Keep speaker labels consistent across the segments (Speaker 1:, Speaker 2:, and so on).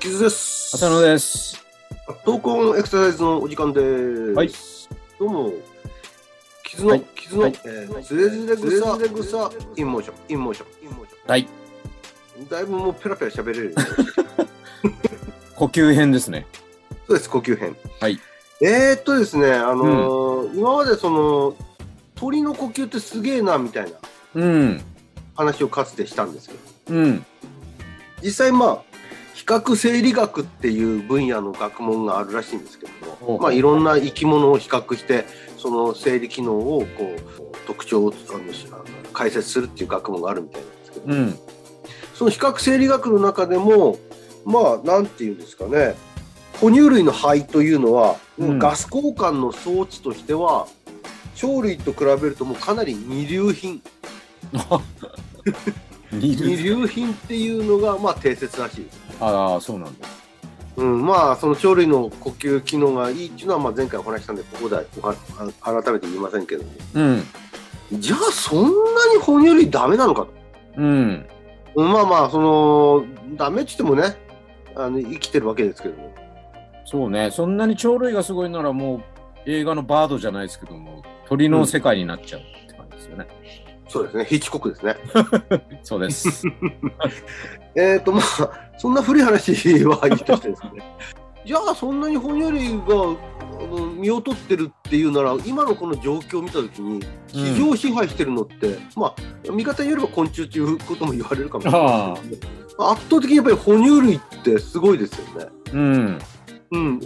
Speaker 1: キズです。
Speaker 2: 浅野です。
Speaker 1: 投稿のエクササイズのお時間です。
Speaker 2: はい
Speaker 1: どうも。キズの、
Speaker 2: はい
Speaker 1: キズの、
Speaker 2: はい
Speaker 1: えーズレズレ草、ズレズレ草、インモーション、インモーション、インモーション。
Speaker 2: はい。
Speaker 1: だいぶもうペラペラ喋れ るよね。
Speaker 2: 呼吸編ですね。
Speaker 1: そうです、呼吸編。
Speaker 2: はい。
Speaker 1: えー、っとですね、あのー今までその、鳥の呼吸ってすげえな、みたいな
Speaker 2: うん。
Speaker 1: 話をかつてしたんですけど、
Speaker 2: うん。
Speaker 1: 実際まあ、比較生理学っていう分野の学問があるらしいんですけど
Speaker 2: ほう
Speaker 1: も、まあ、いろんな生き物を比較してその生理機能をこう特徴をあのしあの解説するっていう学問があるみたいなんですけど、
Speaker 2: うん。
Speaker 1: その比較生理学の中でもまあなんていうんですかね哺乳類の肺というのは、
Speaker 2: うん
Speaker 1: ガス交換の装置としては鳥類と比べるともうかなり二流品
Speaker 2: 二
Speaker 1: 二
Speaker 2: 流。
Speaker 1: 流品っていうのがまあ定説らしいです。
Speaker 2: ああ、そうなんだ。
Speaker 1: うん、まあその鳥類の呼吸機能がいいっていうのはまあ前回お話ししたんでここではおはあ改めて言いませんけども
Speaker 2: うん。
Speaker 1: じゃあそんなに哺乳類ダメなのか
Speaker 2: うん。
Speaker 1: とまあまあそのダメって言ってもねあの生きてるわけですけども
Speaker 2: そうね。そんなに鳥類がすごいならもう映画のバードじゃないですけども、鳥の世界になっちゃうって感じですよね。
Speaker 1: そうですねヒッチコックですね
Speaker 2: そう です。
Speaker 1: えっ、とまあ そんな古い話はいいとしてですね じゃあそんなに哺乳類があの身を取ってるっていうなら今のこの状況を見た時に市場支配してるのって、まあ見方によれば昆虫っていうことも言われるかもしれない
Speaker 2: ああ。
Speaker 1: 圧倒的にやっぱり哺乳類ってすごいですよね。
Speaker 2: うん。
Speaker 1: うん、うん、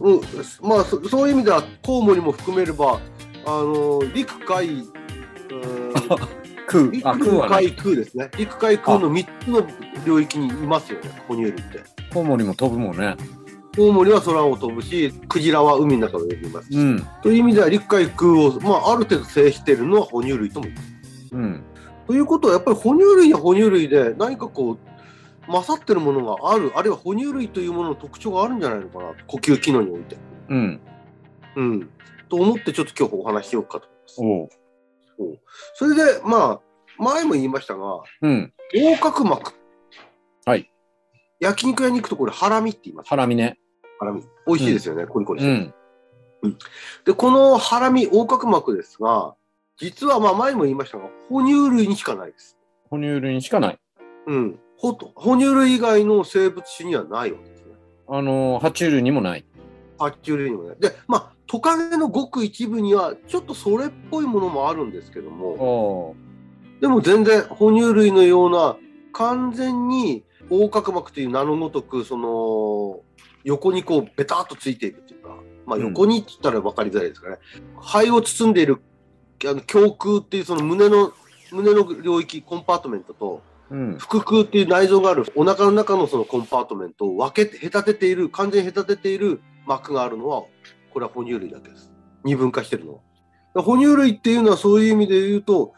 Speaker 1: まあそそういう意味ではコウモリも含めればあの陸海う ーん
Speaker 2: 食う。
Speaker 1: 陸
Speaker 2: あ、食うはね。
Speaker 1: 海空ですね陸海空の3つの領域にいますよね哺乳類って
Speaker 2: コウモリも飛ぶもんね。
Speaker 1: コウモリは空を飛ぶしクジラは海の中を泳ぎますし、
Speaker 2: うん。
Speaker 1: という意味では陸海空を、まあ、ある程度制しているのは哺乳類とも言う
Speaker 2: うん。
Speaker 1: ということはやっぱり哺乳類や哺乳類で何かこう勝ってるものがあるあるいは哺乳類というものの特徴があるんじゃないのかな呼吸機能において。
Speaker 2: うん。
Speaker 1: うん、と思ってちょっと今日お話しようかと思い
Speaker 2: おう。
Speaker 1: ます。そうそれでまあ前も言いましたが
Speaker 2: うん。
Speaker 1: 横隔膜
Speaker 2: はい
Speaker 1: 焼肉屋に行くとこれハラミって言います
Speaker 2: ハラミね。
Speaker 1: ハラミ美味しいですよね、コリコリし
Speaker 2: う
Speaker 1: て、
Speaker 2: ん。
Speaker 1: でこのハラミ横隔膜ですが実はまあ前も言いましたが哺乳類にしかないです、
Speaker 2: 哺乳類にしかない。
Speaker 1: うん、ほと哺乳類以外の生物種にはないわけですね
Speaker 2: あのー、爬虫類にもない。
Speaker 1: 爬虫類にもねでまあトカゲのごく一部にはちょっとそれっぽいものもあるんですけども、
Speaker 2: おう。
Speaker 1: でも全然哺乳類のような完全に横隔膜という名のごとくその横にこうベタっとついているというか、まあ、
Speaker 2: うん
Speaker 1: 横にって言ったら分かりづらいですかね、肺を包んでいるあの胸腔っていうその胸の胸の領域コンパートメントと
Speaker 2: うん。
Speaker 1: 腹腔っていう内臓があるお腹の中のそのコンパートメントを分けて隔てている完全に隔てている膜があるのはこれは哺乳類だけです二分化してるのはだから哺乳類っていうのはそういう意味で言うと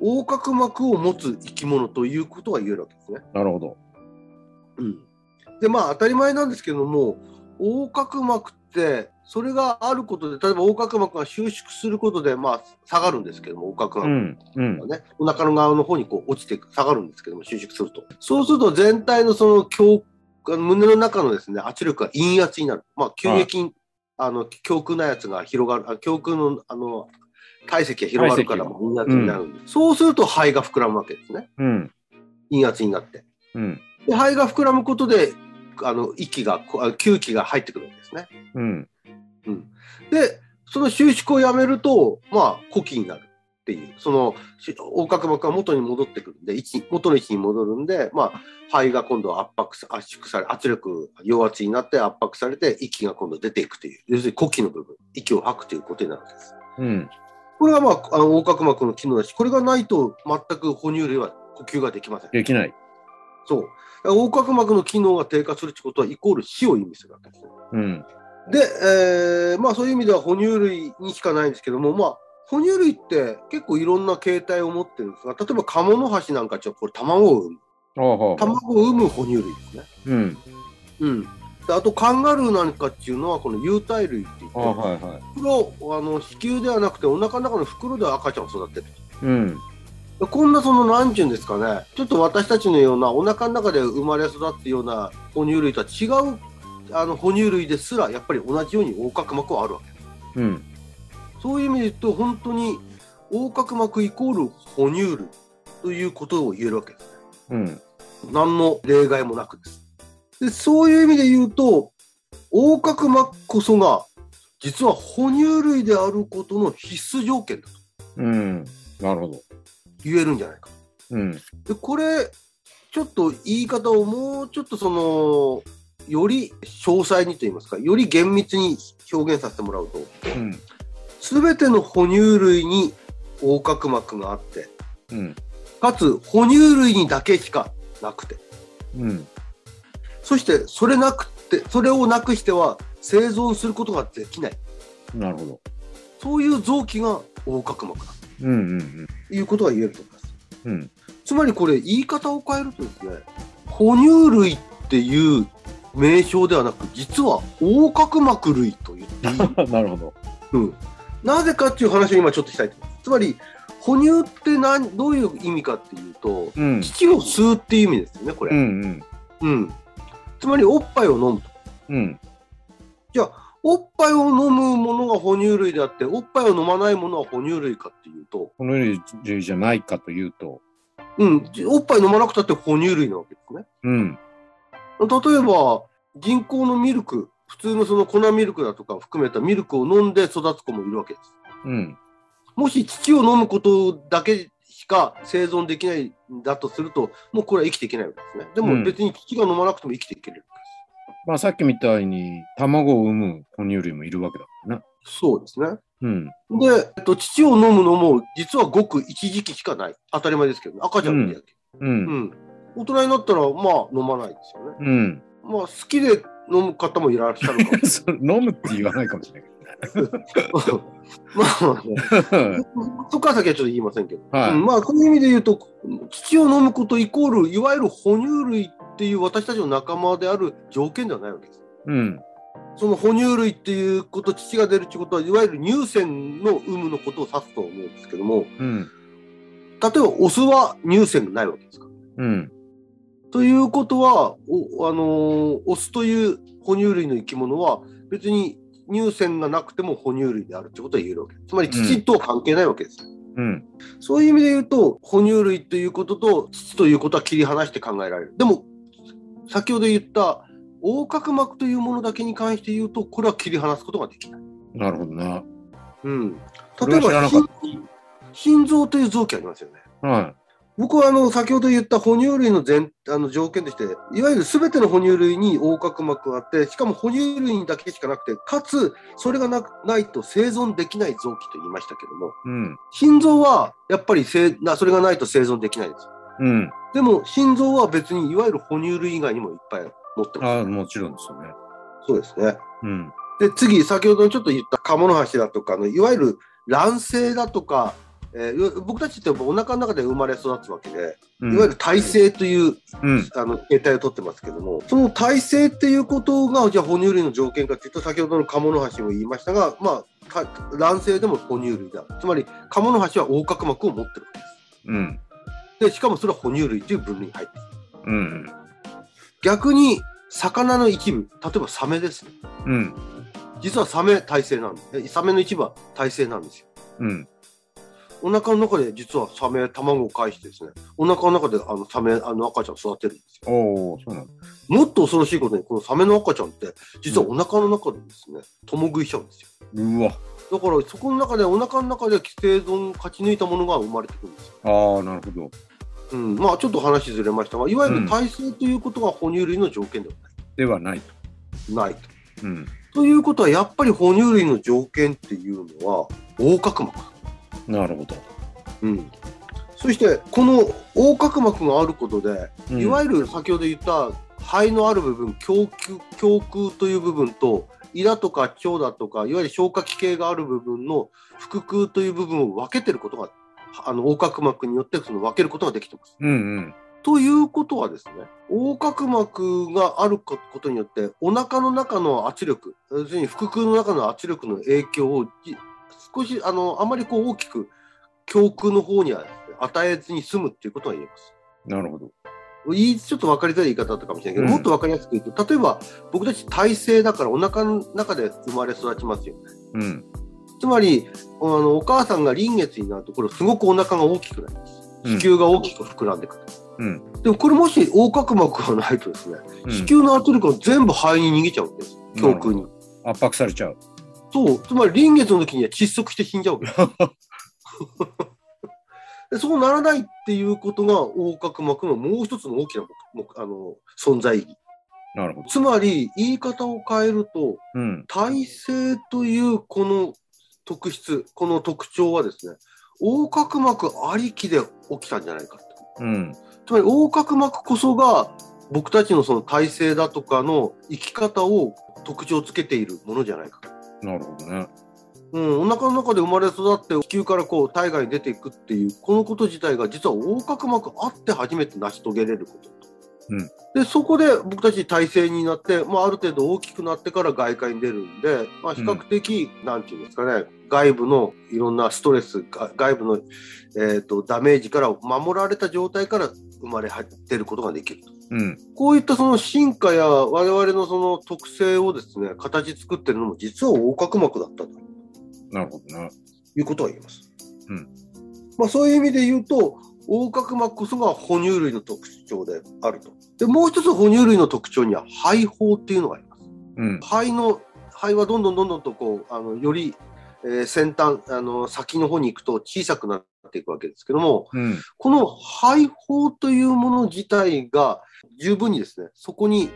Speaker 1: 横隔膜を持つ生き物ということが言えるわけですね、
Speaker 2: なるほど。
Speaker 1: うん、でまあ当たり前なんですけども横隔膜ってそれがあることで例えば横隔膜が収縮することでまあ下がるんですけども横隔膜
Speaker 2: う
Speaker 1: が
Speaker 2: ん。うん。
Speaker 1: ね、お腹の側の方にこう落ちて下がるんですけども収縮するとそうすると全体のその胸あの胸の中のですね圧力が陰圧になる、まあ、急激に、あの胸腔内圧が広がるあ胸腔のあの体積が広がるから
Speaker 2: 体積が
Speaker 1: もう陰圧になるんで、そうすると肺が膨らむわけですね
Speaker 2: うん。
Speaker 1: 陰圧になって
Speaker 2: うん。
Speaker 1: で肺が膨らむことであの息がこあ吸気が入ってくるわけですね
Speaker 2: うん。
Speaker 1: でその収縮をやめるとまあ呼気になるっていうそのし横隔膜が元に戻ってくるんで位置元の位置に戻るんで、まあ、肺が今度は圧迫さ圧縮され圧力陽圧になって圧迫されて息が今度出ていくという要するに呼気の部分息を吐くということになるわけです。
Speaker 2: うん。
Speaker 1: これが、まあ、あの横隔膜の機能だしこれがないと全く哺乳類は呼吸ができません。
Speaker 2: できない。
Speaker 1: そうだから横隔膜の機能が低下するってことはイコール死を意味するわけですね。
Speaker 2: うん。
Speaker 1: で、えーまあ、そういう意味では哺乳類にしかないんですけども、まあ、哺乳類って結構いろんな形態を持ってるんですが例えばカモノハシなんかちょっとこれ卵を産む
Speaker 2: ああ、はあ。
Speaker 1: 卵を産む哺乳類ですね。
Speaker 2: うん。
Speaker 1: うん、であとカンガルーなんかっていうのはこの有袋類って言って、
Speaker 2: あはいはい。
Speaker 1: 袋あの子宮ではなくてお腹の中の袋で赤ちゃんを育てる
Speaker 2: うん。
Speaker 1: でこんなその何て言うんですかねちょっと私たちのようなお腹の中で生まれ育ってような哺乳類とは違うあの哺乳類ですらやっぱり同じように横隔膜はあるわけ
Speaker 2: うん。
Speaker 1: そういう意味で言うと本当に横隔膜イコール哺乳類ということを言えるわけです
Speaker 2: うん。
Speaker 1: 何の例外もなくです。でそういう意味で言うと横隔膜こそが実は哺乳類であることの必須条件だと
Speaker 2: うん。なるほど。
Speaker 1: 言えるんじゃないか。
Speaker 2: うん。
Speaker 1: でこれちょっと言い方をもうちょっとそのより詳細にと言いますかより厳密に表現させてもらうと
Speaker 2: うん。
Speaker 1: 全ての哺乳類に横隔膜があって
Speaker 2: うん。
Speaker 1: かつ哺乳類にだけしかなくて
Speaker 2: うん。
Speaker 1: そしてそれなくってそれをなくしては生存することができない
Speaker 2: なるほど。
Speaker 1: そういう臓器が横隔膜だ
Speaker 2: うんうん
Speaker 1: ということが言えると思います
Speaker 2: うん。うん。
Speaker 1: つまりこれ言い方を変えるとですね哺乳類っていう名称ではなく実は横隔膜類と言っていい、
Speaker 2: なるほど。
Speaker 1: うん、 なぜかっていう話を今ちょっとしたいと思いますつまり哺乳って何どういう意味かっていうと
Speaker 2: うん。
Speaker 1: 乳を吸うっていう意味ですよねこ
Speaker 2: う
Speaker 1: れ、
Speaker 2: んうん。
Speaker 1: うん、つまりおっぱいを飲むと
Speaker 2: うん。
Speaker 1: おっぱいを飲むものが哺乳類であって、おっぱいを飲まないものは哺乳類かっていうと、
Speaker 2: このようにじゃないかというと。
Speaker 1: うん、おっぱい飲まなくたって哺乳類なわけですね。
Speaker 2: うん。
Speaker 1: 例えば、人工のミルク、普通のその粉ミルクだとか含めたミルクを飲んで育つ子もいるわけです。
Speaker 2: うん。
Speaker 1: もし乳を飲むことだけしか生存できないんだとすると、もうこれは生きていけないわけですね。で
Speaker 2: う
Speaker 1: も
Speaker 2: ん
Speaker 1: 別に乳が飲まなくても生きていける。
Speaker 2: まあさっきみたいに卵を産む哺乳類もいるわけだからな。
Speaker 1: そうですね。
Speaker 2: うん。
Speaker 1: で、えっと、乳を飲むのも、実はごく一時期しかない。当たり前ですけど、ね、赤ちゃんの時だけ。
Speaker 2: う。
Speaker 1: うんん、大人になったらまあ飲まないですよね。
Speaker 2: うん。
Speaker 1: まあ好きで飲む方もいらっしゃるかも
Speaker 2: それ飲むって言わないかもしれない
Speaker 1: まあ、ね、
Speaker 2: けど。
Speaker 1: そこから先はちょっと言いませんけど、
Speaker 2: はい
Speaker 1: うんまあそういう意味で言うと土を飲むことイコールいわゆる哺乳類っていう私たちの仲間である条件ではないわけです。
Speaker 2: うん。
Speaker 1: その哺乳類っていうこと乳が出るっていうことはいわゆる乳腺の有無のことを指すと思うんですけども
Speaker 2: うん。
Speaker 1: 例えばオスは乳腺がないわけですから。
Speaker 2: うん。
Speaker 1: ということは、おあのーオスという哺乳類の生き物は、別に乳腺がなくても哺乳類であるということは言えるわけです。つまり、乳とは関係ないわけです。
Speaker 2: うん。
Speaker 1: そういう意味で言うと、哺乳類ということと、乳ということは切り離して考えられる。でも、先ほど言った、横隔膜というものだけに関して言うと、これは切り離すことができない。
Speaker 2: なるほどな。
Speaker 1: うん、
Speaker 2: それ
Speaker 1: 例え
Speaker 2: は知ら
Speaker 1: ば
Speaker 2: なかっ
Speaker 1: 心、心臓という臓器ありますよね。
Speaker 2: は
Speaker 1: 僕はあの先ほど言った哺乳類の前あの条件として、いわゆる全ての哺乳類に横隔膜があって、しかも哺乳類にだけしかなくて、かつそれがなくないと生存できない臓器と言いましたけども、
Speaker 2: い。うん。
Speaker 1: 心臓はやっぱりせいなそれがないと生存できないです。
Speaker 2: うん。
Speaker 1: でも心臓は別にいわゆる哺乳類以外にもいっぱい持ってます。
Speaker 2: ああ、もちろんですよね。
Speaker 1: そうですね。
Speaker 2: うん。
Speaker 1: で、次、先ほどちょっと言ったカモノハシだとかあの、いわゆる卵性だとか、えー僕たちってお腹の中で生まれ育つわけで、
Speaker 2: うん
Speaker 1: いわゆる体性という、
Speaker 2: うん。
Speaker 1: あの形態をとってますけども、その体性っていうことが、じゃあ哺乳類の条件かというと、先ほどのカモノハシも言いましたが、まあ、た卵性でも哺乳類だ。つまり、カモノハシは横隔膜を持ってるわけ
Speaker 2: うん。
Speaker 1: です。で、しかもそれは哺乳類という分類に入っている。
Speaker 2: うん。
Speaker 1: 逆に、魚の一部、例えばサメですね。
Speaker 2: うん。
Speaker 1: 実はサメ体性なんです。えサメの一部は体性なんですよ。
Speaker 2: うん。
Speaker 1: お腹の中で実はサメ、卵を介してですね、お腹の中であのサメ、あの赤ちゃんを育てるんですよ。
Speaker 2: おお、そうなんだ。
Speaker 1: もっと恐ろしいことに、このサメの赤ちゃんって、実はお腹の中でですね、共食いしちゃうんですよ。
Speaker 2: うわ。
Speaker 1: だから、そこの中で、お腹の中で生存を勝ち抜いたものが生まれてくるんですよ。
Speaker 2: ああ、なるほど。
Speaker 1: うん、まあ、ちょっと話ずれましたが、いわゆ
Speaker 2: うん
Speaker 1: る体性ということが哺乳類の条件では
Speaker 2: ではないと。
Speaker 1: ない。ないと。
Speaker 2: うん。
Speaker 1: ということは、やっぱり哺乳類の条件っていうのは、横隔膜。
Speaker 2: なるほど。
Speaker 1: うん。そして、この横隔膜があることで、
Speaker 2: うん
Speaker 1: いわゆる先ほど言った肺のある部分胸腔胸腔という部分と胃だとか腸だとかいわゆる消化器系がある部分の腹腔という部分を分けてることがあの横隔膜によってその分けることができてます。
Speaker 2: うんうん。
Speaker 1: ということはですね、横隔膜があることによって、お腹の中の圧力、要するに腹腔の中の圧力の影響をじ、少し、あの、あまりこう大きく、胸腔の方には与えずに済むっていうことが言えます。
Speaker 2: なるほど。
Speaker 1: 言いちょっと分かりづらい言い方だったかもしれないけど、
Speaker 2: うん
Speaker 1: もっと分かりやすく言うと、例えば僕たち体制だからお腹の中で生まれ育ちますよね。
Speaker 2: うん。
Speaker 1: つまり、あのお母さんが臨月になると、これすごくお腹が大きくなります。
Speaker 2: うん
Speaker 1: 子宮が大きく膨らんでくる。
Speaker 2: うん。
Speaker 1: でもこれもし横隔膜がないとですね、
Speaker 2: うん
Speaker 1: 子宮の圧力が全部肺に逃げちゃうわけです。胸腔に。
Speaker 2: 圧迫されちゃう。
Speaker 1: そう、つまり臨月の時には窒息して死んじゃうわけです。 でそうならないっていうことが横隔膜のもう一つの大きな目目あの存在意義。
Speaker 2: なるほど。
Speaker 1: つまり言い方を変えると
Speaker 2: うん。
Speaker 1: 体制というこの特質この特徴はですね横隔膜ありきで起きたんじゃないかと
Speaker 2: うん。
Speaker 1: つまり横隔膜こそが僕たちのその体制だとかの生き方を特徴つけているものじゃないかと。
Speaker 2: なるほどね。
Speaker 1: うん、お腹の中で生まれ育って地球からこう体外に出ていくっていうこのこと自体が実は横隔膜あって初めて成し遂げれること、
Speaker 2: うん
Speaker 1: でそこで僕たち体制になって、まあ、ある程度大きくなってから外界に出るんで、まあ、比較的、なんていうんですかね外部のいろんなストレスが外部の、えー、とダメージから守られた状態から生まれ出ることができると。
Speaker 2: うん。
Speaker 1: こういったその進化や我々のその特性をですね形作ってるのも実は横隔膜だったと。
Speaker 2: なるほどね。
Speaker 1: いうことは言えます。
Speaker 2: うん
Speaker 1: まあ、そういう意味で言うと横隔膜こそが哺乳類の特徴であると。でもう一つ哺乳類の特徴には肺胞っていうのがあります。
Speaker 2: うん。
Speaker 1: 肺の肺はどんどんどんどんとこうあのより、えー先端あの先の方に行くと小さくなっていくわけですけども
Speaker 2: うん。
Speaker 1: この肺胞というもの自体が十分にですねそこに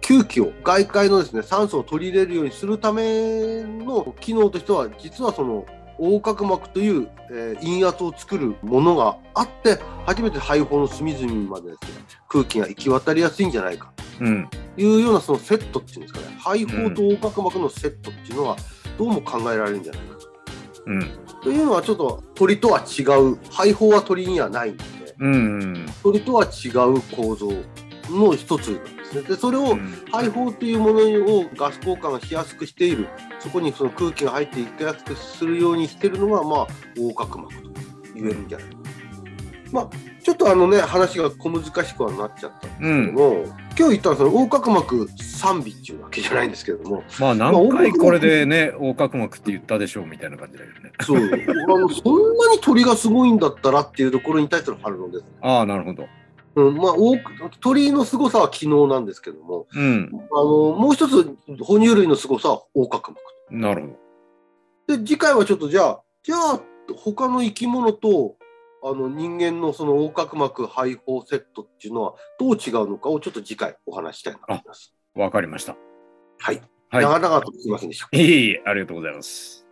Speaker 1: 吸気を外界のですね酸素を取り入れるようにするための機能としては実はその横隔膜という、えー陰圧を作るものがあって初めて肺胞の隅々までですね空気が行き渡りやすいんじゃないか
Speaker 2: うん。
Speaker 1: というようなそのセットっていうんですかね肺胞と横隔膜のセットっていうのはどうも考えられるんじゃないか
Speaker 2: うん。
Speaker 1: というのはちょっと鳥とは違う肺胞は鳥にはないんで
Speaker 2: うん。うん。
Speaker 1: 鳥とは違う構造の一つなんですね。でそれを肺胞というものをガス交換がしやすくしているそこにその空気が入っていきやすくするようにしているのが、まあ、横隔膜と言えるんじゃないか、まあ、ちょっとあのね話が小難しくはなっちゃったん
Speaker 2: う
Speaker 1: けど
Speaker 2: ん。
Speaker 1: も、今日言ったのはその横隔膜賛美っていうわけじゃないんですけども
Speaker 2: まあ何回これでね、横隔膜って言ったでしょうみたいな感じだよね。
Speaker 1: そうあのそんなに鳥がすごいんだったらっていうところに対する反論です。
Speaker 2: ああ、なるほど。
Speaker 1: うんまあ、多く鳥の凄さは機能なんですけども、
Speaker 2: うん。
Speaker 1: あのもう一つ哺乳類の凄さは横隔膜
Speaker 2: なるほど。
Speaker 1: で次回はちょっとじゃあじゃあ他の生き物とあの人間のその横隔膜配胞セットっていうのはどう違うのかをちょっと次回お話ししたいなと思います。
Speaker 2: わかりました。
Speaker 1: はい、
Speaker 2: はい。
Speaker 1: 長々とすいませんでした。
Speaker 2: いえいえ、ありがとうございます。